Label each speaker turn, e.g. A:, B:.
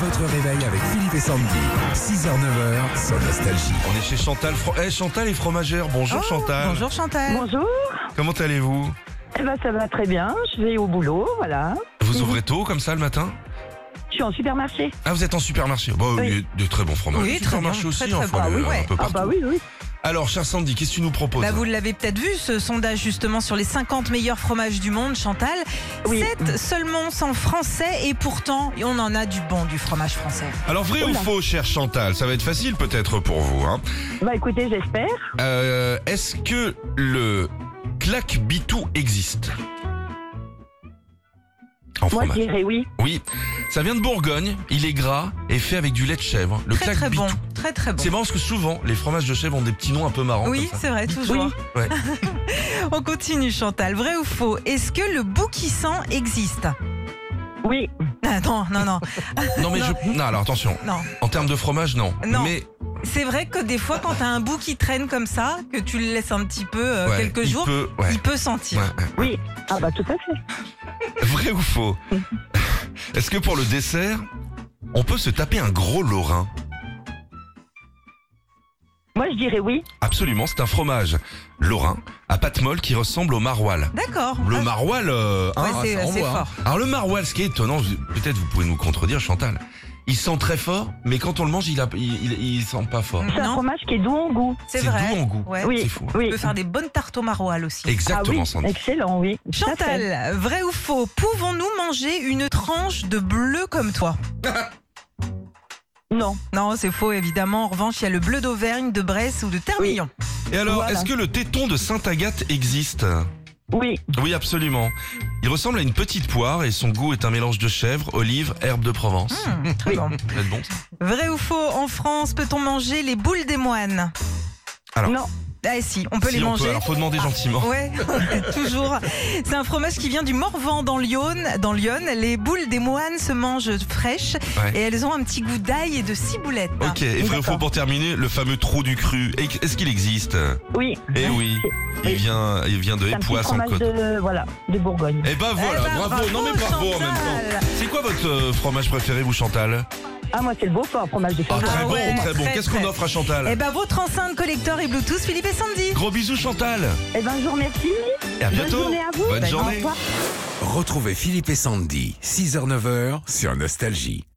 A: Votre réveil avec Philippe et Sandy. 6h, 9h, sur Nostalgie.
B: On est chez Chantal. Fro- Eh, Chantal est fromagère. Bonjour Chantal.
C: Oh, Bonjour Chantal.
D: Bonjour.
B: Comment allez-vous
D: Eh ben, ça va très bien. Je vais au boulot, voilà.
C: Mhm.
B: Vous ouvrez tôt comme ça le matin
D: Je suis en supermarché.
B: Ah, vous êtes en supermarché. Bah,
D: Oui.
B: il y a de très bons fromages.
C: Oui, très
B: supermarché
C: bon,
B: aussi,
C: très,
B: en
C: très bon.
B: fromage,
C: Ah oui,
B: euh,
C: ouais.
B: un peu
D: Ah
B: partout.
D: bah oui, oui.
B: Alors, cher Sandy, qu'est-ce que tu nous proposes
C: Bah, vous l'avez peut-être vu, ce sondage justement sur les 50 meilleurs fromages du monde, Chantal.
D: Oui.
C: 7 seulement sont français et pourtant on en a du bon du fromage français.
B: Alors, vrai ou
D: Oula.
B: faux, cher Chantal Ça va être facile peut-être pour vous. hein.
D: Bah écoutez, j'espère.
B: Euh, Est-ce que le claque bitou existe En
D: Moi, je
B: fromage.
D: dirais oui.
B: Oui. Ça vient de Bourgogne. Il est gras et fait avec du lait de chèvre. Le
C: très
B: claque
C: très
B: bitou.
C: bon, très très bon.
B: C'est marrant parce que souvent, les fromages de chèvre ont des petits noms un peu marrants.
C: Oui,
B: comme ça.
C: c'est vrai, toujours.
B: Oui. Ouais.
C: on continue Chantal, vrai ou faux Est-ce que le bouquissant existe
D: Oui.
C: Ah, Non, non, non,
B: Non, mais
C: Non.
B: je. Non, alors attention.
C: non.
B: En termes de fromage, non.
C: Non.
B: Mais
C: C'est vrai que des fois quand t'as un bout qui traîne comme ça, que tu le laisses un petit peu euh,
B: ouais,
C: quelques
B: il
C: jours,
B: peut- ouais.
C: il peut sentir.
B: Ouais, ouais.
D: Oui. Ah bah tout à fait.
B: Vrai ou faux Est-ce que pour le dessert, on peut se taper un gros lorrain
D: Moi, je dirais oui.
B: Absolument, c'est un fromage lorrain à pâte molle qui ressemble au maroilles.
C: D'accord.
B: Le
C: Ah,
B: maroilles, euh, hein,
C: Ouais, c'est-
B: ça
C: c'est
B: renvoie, hein.
C: fort.
B: Alors le maroilles, ce qui est étonnant, je- peut-être vous pouvez nous contredire, Chantal. Il sent très fort, mais quand on le mange, il, a, il, il- il sent pas fort.
D: C'est un
C: Non.
D: fromage qui est doux en goût.
C: C'est
B: doux
C: vrai.
B: en goût.
C: Ouais.
D: Oui.
B: C'est fou. hein.
C: On
D: Oui.
C: peut faire des bonnes tartes au maroilles aussi.
D: Ah
B: Exactement,
D: oui.
B: Sandy.
D: Excellent, oui. Tout à fait.
C: Chantal, vrai ou faux, pouvons-nous manger une tranche de bleu comme toi
D: Non.
C: Non, c'est faux évidemment. En revanche, il y a le bleu d'Auvergne, de Bresse ou de Termillon.
B: Et alors,
D: Voilà.
B: est-ce que le téton de Sainte-Agathe existe
D: Oui.
B: Oui, absolument. Il ressemble à une petite poire et son goût est un mélange de chèvre, olive, herbe de Provence.
C: Hum, très bon.
B: Ça va être bon, ça.
C: Vrai ou faux, en France, peut-on manger les boules des moines
B: Alors.
D: Non.
C: Ah si, on peut
B: Si,
C: les
B: on
C: manger. Ah.
B: Alors, faut demander gentiment.
C: Ouais, toujours. C'est un fromage qui vient du Morvan dans l'Yonne. Dans l'Yonne, les boules des moines se mangent fraîches
B: Ouais.
C: et elles ont un petit goût d'ail et de ciboulette.
B: Ok, et vrai ou faux
D: D'accord.
B: pour terminer, le fameux trou du cru, est- est-ce qu'il existe
D: Oui.
B: Eh oui, il
D: Oui.
B: vient, il vient de
D: C'est un petit
B: Époisse en
D: fromage
B: Côte.
D: de, voilà, de Bourgogne.
B: Eh ben voilà,
C: Eh ben,
B: bravo, non mais bravo en même temps.
C: Chantal.
B: C'est quoi votre euh, fromage préféré, vous Chantal
D: Ah, moi, c'est le Beaufort, fromage de
B: Ah,
D: Bourgogne.
B: Très
C: Ah
B: bon,
C: ouais,
B: très bon.
C: très,
B: Qu'est-ce qu'on
C: très.
B: offre à Chantal
C: Eh ben, votre enceinte collector et Bluetooth, Philippe et Sandy.
B: Gros bisous Chantal
D: Eh ben, je vous remercie.
B: Et à
D: Bonne
B: bientôt
D: journée à vous.
B: Bonne
C: Ben, au
B: journée
D: revoir.
A: Retrouvez Philippe et Sandy, 6h, 9h, sur Nostalgie.